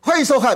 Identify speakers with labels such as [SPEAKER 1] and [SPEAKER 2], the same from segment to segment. [SPEAKER 1] 欢迎收看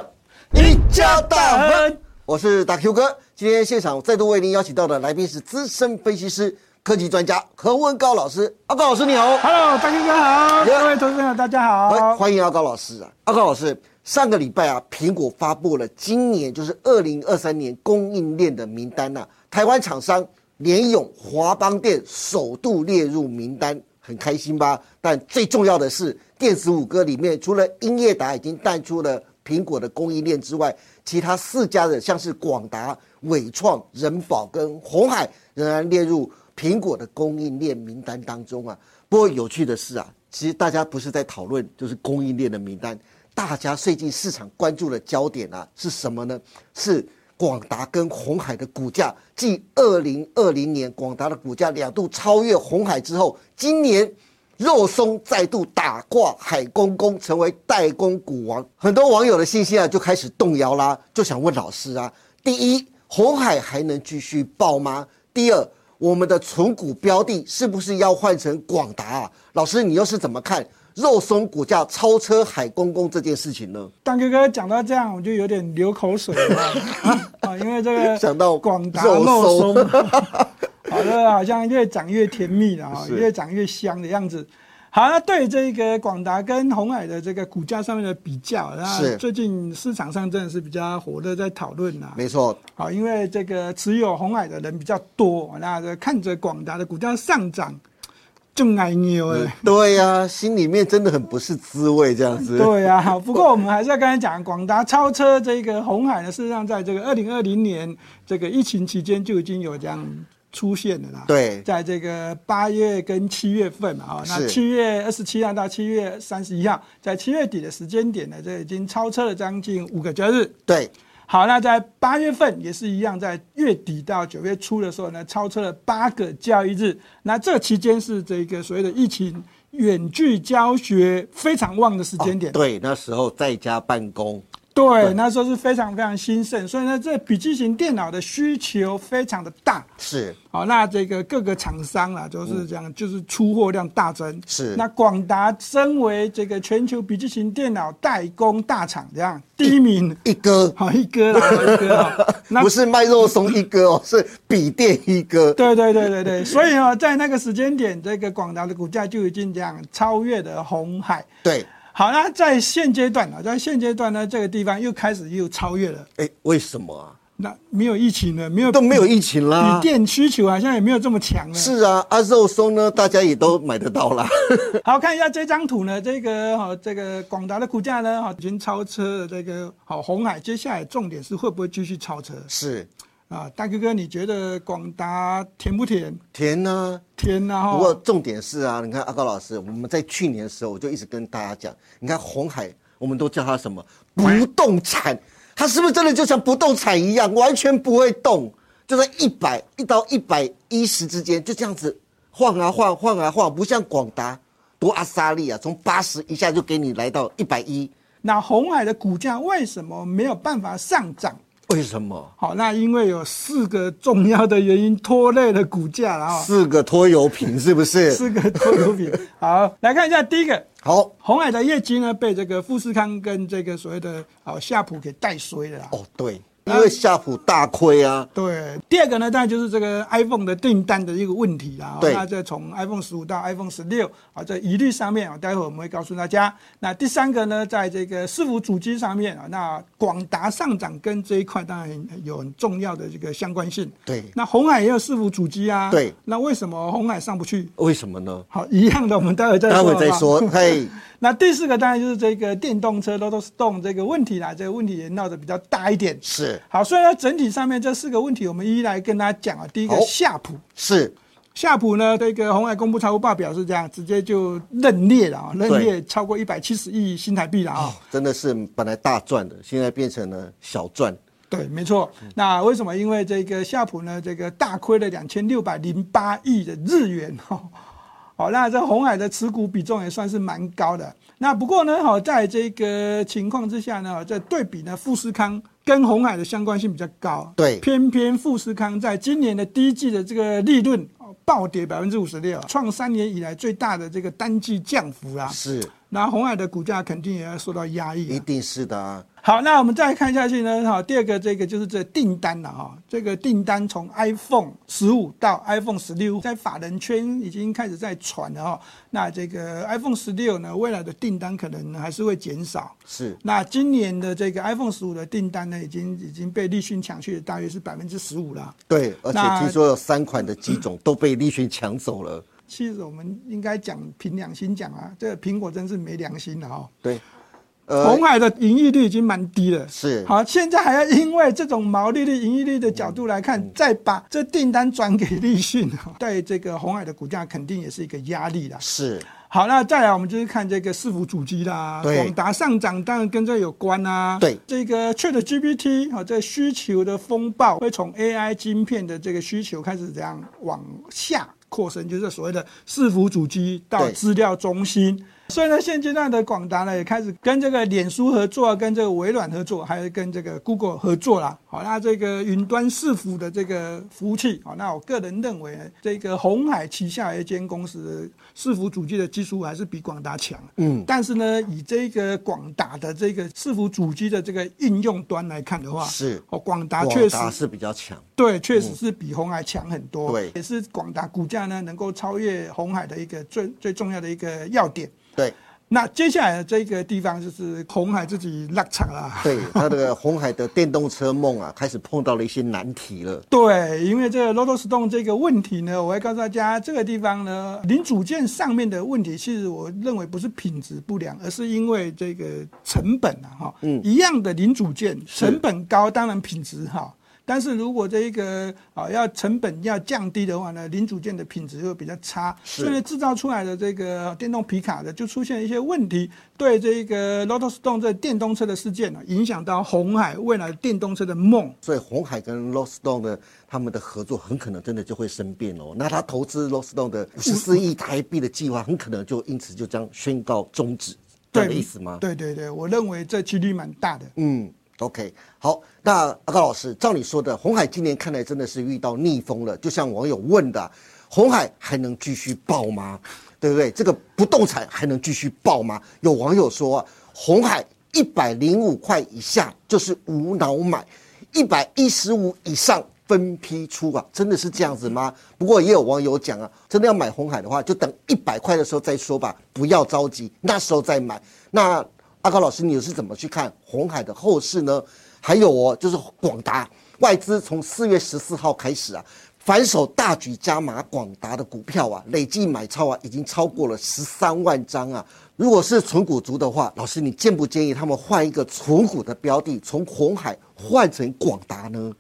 [SPEAKER 1] 《一家大亨》，我是大 Q 哥。今天现场再度为您邀请到的来宾是资深分析师、科技专家何文高老师。阿高老师，你好！
[SPEAKER 2] Hello，大哥哥好，
[SPEAKER 1] Yeah 哎
[SPEAKER 2] 各位投资朋友大家
[SPEAKER 1] 欢
[SPEAKER 2] 好。
[SPEAKER 1] 欢迎阿高老师啊！阿高老师，上个礼拜啊，苹果发布了今年就是二零二三年供应链的名单呐、啊台湾厂商联咏、华邦电首度列入名单，很开心吧？但最重要的是，电子五哥里面除了英业达已经淡出了苹果的供应链之外，其他四家的像是广达、伟创、人保跟红海仍然列入苹果的供应链名单当中啊。不过有趣的是啊，其实大家不是在讨论就是供应链的名单，大家最近市场关注的焦点啊是什么呢？是广达跟红海的股价，继二零二零年广达的股价两度超越红海之后，今年肉松再度打挂海公公，成为代工股王。很多网友的信心啊就开始动摇啦，就想问老师啊，第一，红海还能继续爆吗？第二，我们的存股标的是不是要换成广达啊？老师，你又是怎么看肉松股价超车海公公这件事情呢？
[SPEAKER 2] 大哥哥讲到这样，我就有点流口水 了啊，因为这个
[SPEAKER 1] 想到
[SPEAKER 2] 广达
[SPEAKER 1] 肉
[SPEAKER 2] 肉
[SPEAKER 1] 松
[SPEAKER 2] 松， 好的，好像越讲越甜蜜了啊，
[SPEAKER 1] 是
[SPEAKER 2] 越讲越香的样子。好，那对这个广达跟红海的这个股价上面的比较，
[SPEAKER 1] 是
[SPEAKER 2] 那最近市场上真的是比较火热在讨论 啦。
[SPEAKER 1] 没错，
[SPEAKER 2] 好，因为这个持有红海的人比较多，那这看着广达的股价上涨，就爱牛
[SPEAKER 1] 嗯
[SPEAKER 2] 哎。
[SPEAKER 1] 对呀、心里面真的很不是滋味，这样子。
[SPEAKER 2] 对呀、啊，不过我们还是要刚才讲，广达超车这个红海呢，事实上在这个二零二零年这个疫情期间就已经有这样出现的啦。
[SPEAKER 1] 对
[SPEAKER 2] 在这个八月跟七月份嘛，哦，那
[SPEAKER 1] 是
[SPEAKER 2] 七月二十七号到七月三十一号，在七月底的时间点呢，这已经超车了将近五个交易日。
[SPEAKER 1] 对
[SPEAKER 2] 好，那在八月份也是一样，在月底到九月初的时候呢，超车了八个交易日。那这期间是这个所谓的疫情远距教学非常旺的时间点。
[SPEAKER 1] 哦对，那时候在家办公，
[SPEAKER 2] 对，那时候是非常非常兴盛，所以呢，这笔记型电脑的需求非常的大。
[SPEAKER 1] 是
[SPEAKER 2] 好，那这个各个厂商啦，就是这样，就是出货量大增。
[SPEAKER 1] 嗯是
[SPEAKER 2] 那广达身为这个全球笔记型电脑代工大厂，这
[SPEAKER 1] 嗯
[SPEAKER 2] 样第一名，
[SPEAKER 1] 一哥，
[SPEAKER 2] 好一哥啦，好一哥啦。 那
[SPEAKER 1] 不是卖肉松一哥 哦，是笔电一哥。
[SPEAKER 2] 对对对对对，所以哦，在那个时间点，这个广达的股价就已经这样超越了红海。
[SPEAKER 1] 对，
[SPEAKER 2] 好，那在现阶段啊，在现阶段呢，这个地方又开始又超越了。
[SPEAKER 1] 哎，为什么啊？
[SPEAKER 2] 那没有疫情了，没有
[SPEAKER 1] 都没有
[SPEAKER 2] 疫
[SPEAKER 1] 疫情
[SPEAKER 2] 笔
[SPEAKER 1] 啦。
[SPEAKER 2] 电需求好像也没有这么强了。，
[SPEAKER 1] 啊是啊，啊肉松呢，大家也都买得到啦。
[SPEAKER 2] 好看一下这张图呢，这个哈、哦，这个广达的股价呢，哈、哦已经超车了这个好、红海，接下来重点是会不会继续超车
[SPEAKER 1] 是
[SPEAKER 2] 啊？大哥哥，你觉得广达甜不甜？
[SPEAKER 1] 甜呢、
[SPEAKER 2] 甜啊！
[SPEAKER 1] 不过
[SPEAKER 2] 哈，
[SPEAKER 1] 重点是啊，你看阿高老师，我们在去年的时候我就一直跟大家讲，你看红海，我们都叫它什么不动产，它是不是真的就像不动产一样，完全不会动，就在一百一到一百一十之间就这样子晃啊晃，晃啊晃，不像广达多阿萨利啊，从八十一下就给你来到一百一，
[SPEAKER 2] 那红海的股价为什么没有办法上涨？
[SPEAKER 1] 为什么？
[SPEAKER 2] 好，那因为有四个重要的原因拖累了股价了哈，
[SPEAKER 1] 四个拖油瓶是不是？
[SPEAKER 2] 四个拖油瓶。好，来看一下第一个，
[SPEAKER 1] 好
[SPEAKER 2] 红海的业绩呢被这个富士康跟这个所谓的哦夏普给带衰了啦。
[SPEAKER 1] 哦，对，因为夏普大亏啊，
[SPEAKER 2] 对，第二个呢，当然就是这个 iPhone 的订单的一个问题啦。哦
[SPEAKER 1] 对
[SPEAKER 2] 那这从 iPhone 十五到 iPhone 十六啊，这一律上面啊，待会我们会告诉大家。那第三个呢，在这个伺服主机上面啊，那广达上涨跟这一块当然很有很重要的这个相关性。
[SPEAKER 1] 对
[SPEAKER 2] 那红海也有伺服主机啊。
[SPEAKER 1] 对，
[SPEAKER 2] 那为什么红海上不去？
[SPEAKER 1] 为什么呢？
[SPEAKER 2] 好，一样的，我们待会再说
[SPEAKER 1] 待
[SPEAKER 2] 好不
[SPEAKER 1] 会再
[SPEAKER 2] 好。
[SPEAKER 1] 说。嘿，
[SPEAKER 2] 那第四个当然就是这个电动车 Lotus Stone 这个问题啦，这个问题也闹得比较大一点。
[SPEAKER 1] 是
[SPEAKER 2] 好，所以呢，整体上面这四个问题，我们一一来跟大家讲啊。第一个
[SPEAKER 1] 好
[SPEAKER 2] 夏普，
[SPEAKER 1] 是，
[SPEAKER 2] 夏普呢，这个红海公布财务报表是这样，直接就认列了啊，认列超过一百七十亿新台币了啊。
[SPEAKER 1] 真的是本来大赚的，现在变成了小赚。
[SPEAKER 2] 对，没错。那为什么？因为这个夏普呢，这个大亏了两千六百零八亿的日元 哈。好，那这红海的持股比重也算是蛮高的。那不过呢，好，在这个情况之下呢，哦这对比呢，富士康跟红海的相关性比较高。
[SPEAKER 1] 对
[SPEAKER 2] 偏偏富士康在今年的第一季的这个利润哦暴跌百分之五十六，创三年以来最大的这个单季降幅啦、
[SPEAKER 1] 是，
[SPEAKER 2] 那红海的股价肯定也要受到压抑、啊。
[SPEAKER 1] 一定是的啊。
[SPEAKER 2] 好，那我们再看下去呢，哈，第二个这个就是这订单了哈，这个订单从 iPhone 十五到 iPhone 十六，在法人圈已经开始在传了哈。那这个 iPhone 十六呢，未来的订单可能还是会减少。
[SPEAKER 1] 是
[SPEAKER 2] 那今年的这个 iPhone 十五的订单呢，已经已经被立讯抢去，大约是百分之十五了。
[SPEAKER 1] 对，而
[SPEAKER 2] 那
[SPEAKER 1] 且听说有三款的机种都被立讯抢走了。
[SPEAKER 2] 其实我们应该讲凭良心讲啊，这个苹果真是没良心了哈。
[SPEAKER 1] 对，呃
[SPEAKER 2] 红海的盈利率已经蛮低了，
[SPEAKER 1] 是
[SPEAKER 2] 好，现在还要因为这种毛利率、盈利率的角度来
[SPEAKER 1] 嗯
[SPEAKER 2] 看，再把这订单转给立讯，哦 对这个红海的股价肯定也是一个压力啦。
[SPEAKER 1] 是
[SPEAKER 2] 好，那再来我们就是看这个伺服主机啦，
[SPEAKER 1] 对
[SPEAKER 2] 广达上涨当然跟这有关啊。
[SPEAKER 1] 对
[SPEAKER 2] 这个 Chat GPT 好、哦这需求的风暴会从 AI 晶片的这个需求开始怎样往下扩升，就是所谓的伺服主机到
[SPEAKER 1] 对
[SPEAKER 2] 资料中心。所以呢，现阶段的广达呢也开始跟这个脸书合作，跟这个微软合作，还有跟这个 Google 合作啦。好，那这个云端伺服的这个服务器，好，那我个人认为呢，这个红海旗下的一间公司伺服主机的技术还是比广达强。嗯，但是呢，以这个广达的这个伺服主机的这个应用端来看的话，
[SPEAKER 1] 是
[SPEAKER 2] 哦，广达
[SPEAKER 1] 广
[SPEAKER 2] 确实
[SPEAKER 1] 达是比较强。
[SPEAKER 2] 对，确实是比红海强很多，
[SPEAKER 1] 对
[SPEAKER 2] 也是广达股价呢能够超越红海的一个最最重要的一个要点。
[SPEAKER 1] 对
[SPEAKER 2] 那接下来的这个地方就是红海自己落场啦。
[SPEAKER 1] 对，它的红海的电动车梦啊，开始碰到了一些难题了。
[SPEAKER 2] 对，因为这个 Lotus Stone 这个问题呢，我会告诉大家，这个地方呢，零组件上面的问题，其实我认为不是品质不良，而是因为这个成本啊，哈，一样的零组件成本高，当然品质好。但是如果这一个啊、要成本要降低的话呢，零组件的品质又比较差，
[SPEAKER 1] 是
[SPEAKER 2] 所以呢制造出来的这个电动皮卡的就出现一些问题，对这个 Lotus Stone 这电动车的事件呢、啊影响到红海未来电动车的梦。
[SPEAKER 1] 所以红海跟 Lostone 呢，他们的合作很可能真的就会生变哦。那他投资 Lostone 的十四亿台币的计划，很可能就因此就将宣告终止，这样的意思吗？
[SPEAKER 2] 对对对，我认为这几率蛮大的。
[SPEAKER 1] 嗯，OK，好，那阿高老师，照你说的，红海今年看来真的是遇到逆风了。就像网友问的啊，红海还能继续爆吗？对不对？这个不动产还能继续爆吗？有网友说、啊，红海一百零五块以下就是无脑买，一百一十五以上。分批出啊，真的是这样子吗？不过也有网友讲啊，真的要买红海的话，就等一百块的时候再说吧，不要着急，那时候再买。那阿高老师，你是怎么去看红海的后市呢？还有哦，就是广达外资从四月十四号开始啊，反手大举加码广达的股票啊，累计买超啊已经超过了十三万张啊。如果是纯股族的话，老师你建不建议他们换一个纯股的标的，从红海换成广达呢？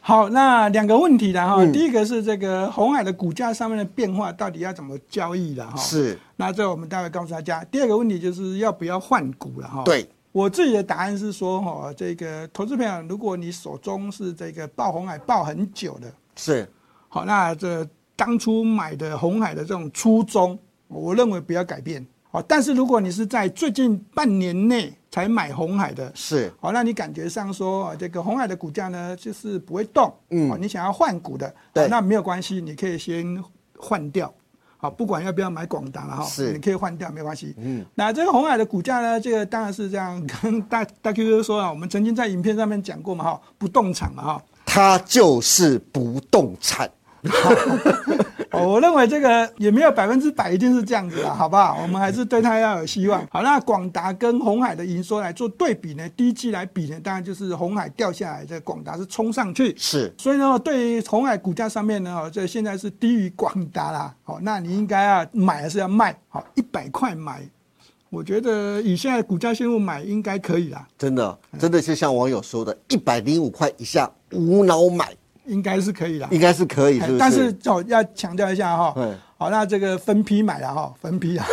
[SPEAKER 2] 好，那两个问题啦
[SPEAKER 1] 嗯
[SPEAKER 2] 哈，第一个是这个红海的股价上面的变化到底要怎么交易啦哈？，
[SPEAKER 1] 是
[SPEAKER 2] 那这我们待会告诉大家。第二个问题就是要不要换股了哈？
[SPEAKER 1] 对。
[SPEAKER 2] 我自己的答案是说，哈，这个投资朋友，如果你手中是这个抱红海抱很久的，
[SPEAKER 1] 是，
[SPEAKER 2] 好，那这当初买的红海的这种初衷，我认为不要改变。好，但是如果你是在最近半年内才买红海的，
[SPEAKER 1] 是
[SPEAKER 2] 好，那你感觉上说啊，这个红海的股价呢，就是不会动，嗯，你想要换股的，
[SPEAKER 1] 对
[SPEAKER 2] 啊那没有关系，你可以先换掉。好，不管要不要买广达了哈，
[SPEAKER 1] 是
[SPEAKER 2] 你可以换掉，没关系。嗯，那这个红海的股价呢，这个当然是这样，跟大大 Q Q 说啊，我们曾经在影片上面讲过嘛哈，不动产嘛哈，
[SPEAKER 1] 它就是不动产。
[SPEAKER 2] 哦，我认为这个也没有百分之百一定是这样子啦，好不好？我们还是对它要有希望。好，那广达跟红海的营收来做对比呢，第一季来比呢，当然就是红海掉下来，这个广达是冲上去。
[SPEAKER 1] 是
[SPEAKER 2] 所以呢，对于红海股价上面呢，哦，这现在是低于广达啦。好，那你应该啊买还是要卖？好，一百块买，我觉得以现在股价线路买应该可以啦，
[SPEAKER 1] 真的，真的是像网友说的，一百零五块以下无脑买，
[SPEAKER 2] 应该是可以啦。
[SPEAKER 1] 应该是可以，是不是？
[SPEAKER 2] 但是哦，要强调一下哈、
[SPEAKER 1] 对
[SPEAKER 2] 好，那这个分批买了哈、分批啊，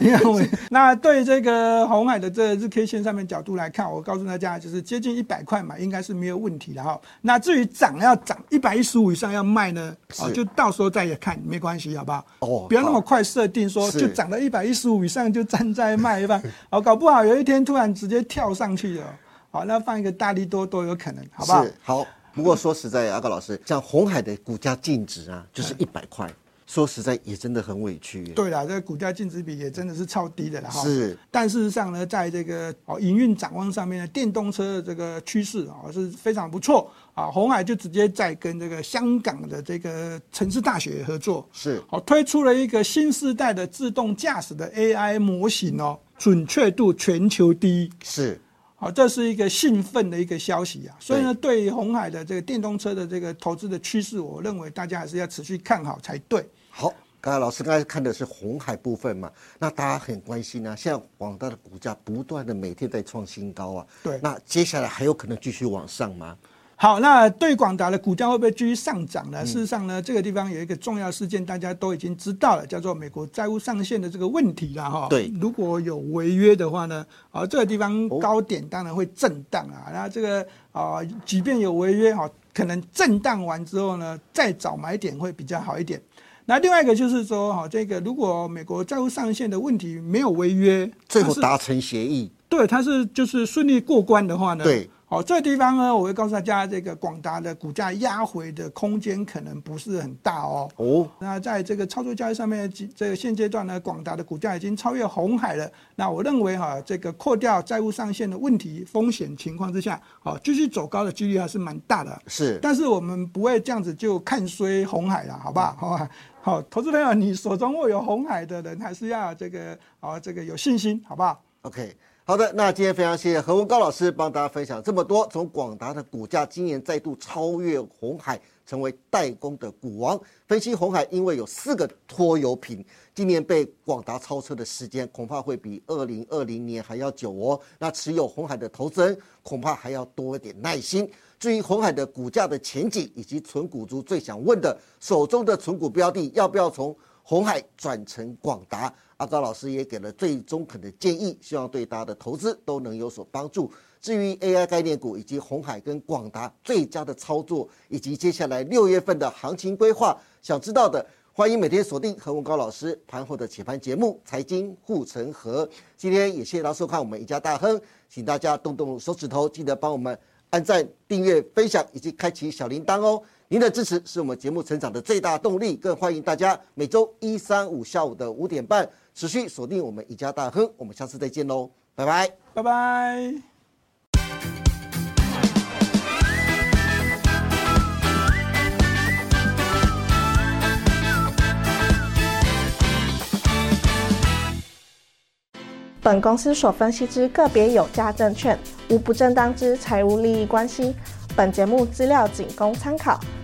[SPEAKER 2] 因为我那对这个红海的这日 K 线上面角度来看，我告诉大家，就是接近一百块买应该是没有问题的哈、那至于涨要涨一百一十五以上要卖呢，哦，
[SPEAKER 1] 是
[SPEAKER 2] 就到时候再也看，没关系，好不好？
[SPEAKER 1] 哦
[SPEAKER 2] 不要那么快设定说
[SPEAKER 1] 是
[SPEAKER 2] 就涨到一百一十五以上就站在卖吧，哦，搞不好有一天突然直接跳上去了，好，那放一个大力多都有可能，好不好？
[SPEAKER 1] 是好。不过说实在，阿高老师，像红海的股价净值啊，就是一百块，说实在也真的很委屈耶。
[SPEAKER 2] 哎对了，这个股价净值比也真的是超低的了哈。
[SPEAKER 1] 是，
[SPEAKER 2] 但事实上呢，在这个哦营运展望上面呢，电动车的这个趋势啊是非常不错啊。红海就直接在跟这个香港的这个城市大学合作，
[SPEAKER 1] 是
[SPEAKER 2] 哦推出了一个新时代的自动驾驶的 AI 模型哦，准确度全球第一。
[SPEAKER 1] 是，
[SPEAKER 2] 好，这是一个兴奋的一个消息啊！所以呢，对于红海的这个电动车的这个投资的趋势，我认为大家还是要持续看好才对。
[SPEAKER 1] 好，刚才老师刚才看的是红海部分嘛，那大家很关心啊，现在广大的股价不断的每天在创新高啊，
[SPEAKER 2] 对
[SPEAKER 1] 那接下来还有可能继续往上吗？
[SPEAKER 2] 好，那对广达的股价会不会继续上涨
[SPEAKER 1] 嗯
[SPEAKER 2] 呢？事实上呢，这个地方有一个重要事件，大家都已经知道了，叫做美国债务上限的这个问题啦，哈。
[SPEAKER 1] 对哦
[SPEAKER 2] 如果有违约的话呢，啊，这个地方高点当然会震荡啊。那这个啊，即便有违约哈、啊可能震荡完之后呢，再找买点会比较好一点。那另外一个就是说，哈，这个如果美国债务上限的问题没有违约，
[SPEAKER 1] 最后
[SPEAKER 2] 但是
[SPEAKER 1] 达成协议，
[SPEAKER 2] 对，它是就是顺利过关的话呢，
[SPEAKER 1] 对，
[SPEAKER 2] 好、这个地方呢，我会告诉大家，这个广达的股价压回的空间可能不是很大哦。
[SPEAKER 1] 哦，
[SPEAKER 2] 那在这个操作交易上面，即这个现阶段呢，广达的股价已经超越红海了。那我认为哈、这个扣掉债务上限的问题风险情况之下，好、继续走高的几率还是蛮大的。
[SPEAKER 1] 是，
[SPEAKER 2] 但是我们不会这样子就看衰红海了，好不好？好吧，好，投资朋友，你手中握有红海的人，还是要这个啊、这个有信心，好不好？
[SPEAKER 1] OK，好的，那今天非常谢谢何文高老师帮大家分享这么多，从广达的股价今年再度超越红海，成为代工的股王。分析红海因为有四个拖油瓶，今年被广达超车的时间恐怕会比二零二零年还要久哦。那持有红海的投资人恐怕还要多一点耐心。至于红海的股价的前景以及存股族最想问的，手中的存股标的要不要从红海转成广达。阿高老师也给了最中肯的建议，希望对大家的投资都能有所帮助。至于 AI 概念股以及红海跟广达最佳的操作，以及接下来六月份的行情规划，想知道的，欢迎每天锁定何文高老师盘后的解盘节目《财经护城河》。今天也谢谢大家收看我们赢家大亨，请大家动动手指头，记得帮我们按赞、订阅、分享以及开启小铃铛哦。您的支持是我们节目成长的最大动力，更欢迎大家每周一、三、五下午的五点半持续锁定我们宜家大亨。我们下次再见喽，拜拜。
[SPEAKER 2] 拜拜。
[SPEAKER 3] 本公司所分析之个别有价证券，无不正当之财务利益关系。本节目资料仅供参考，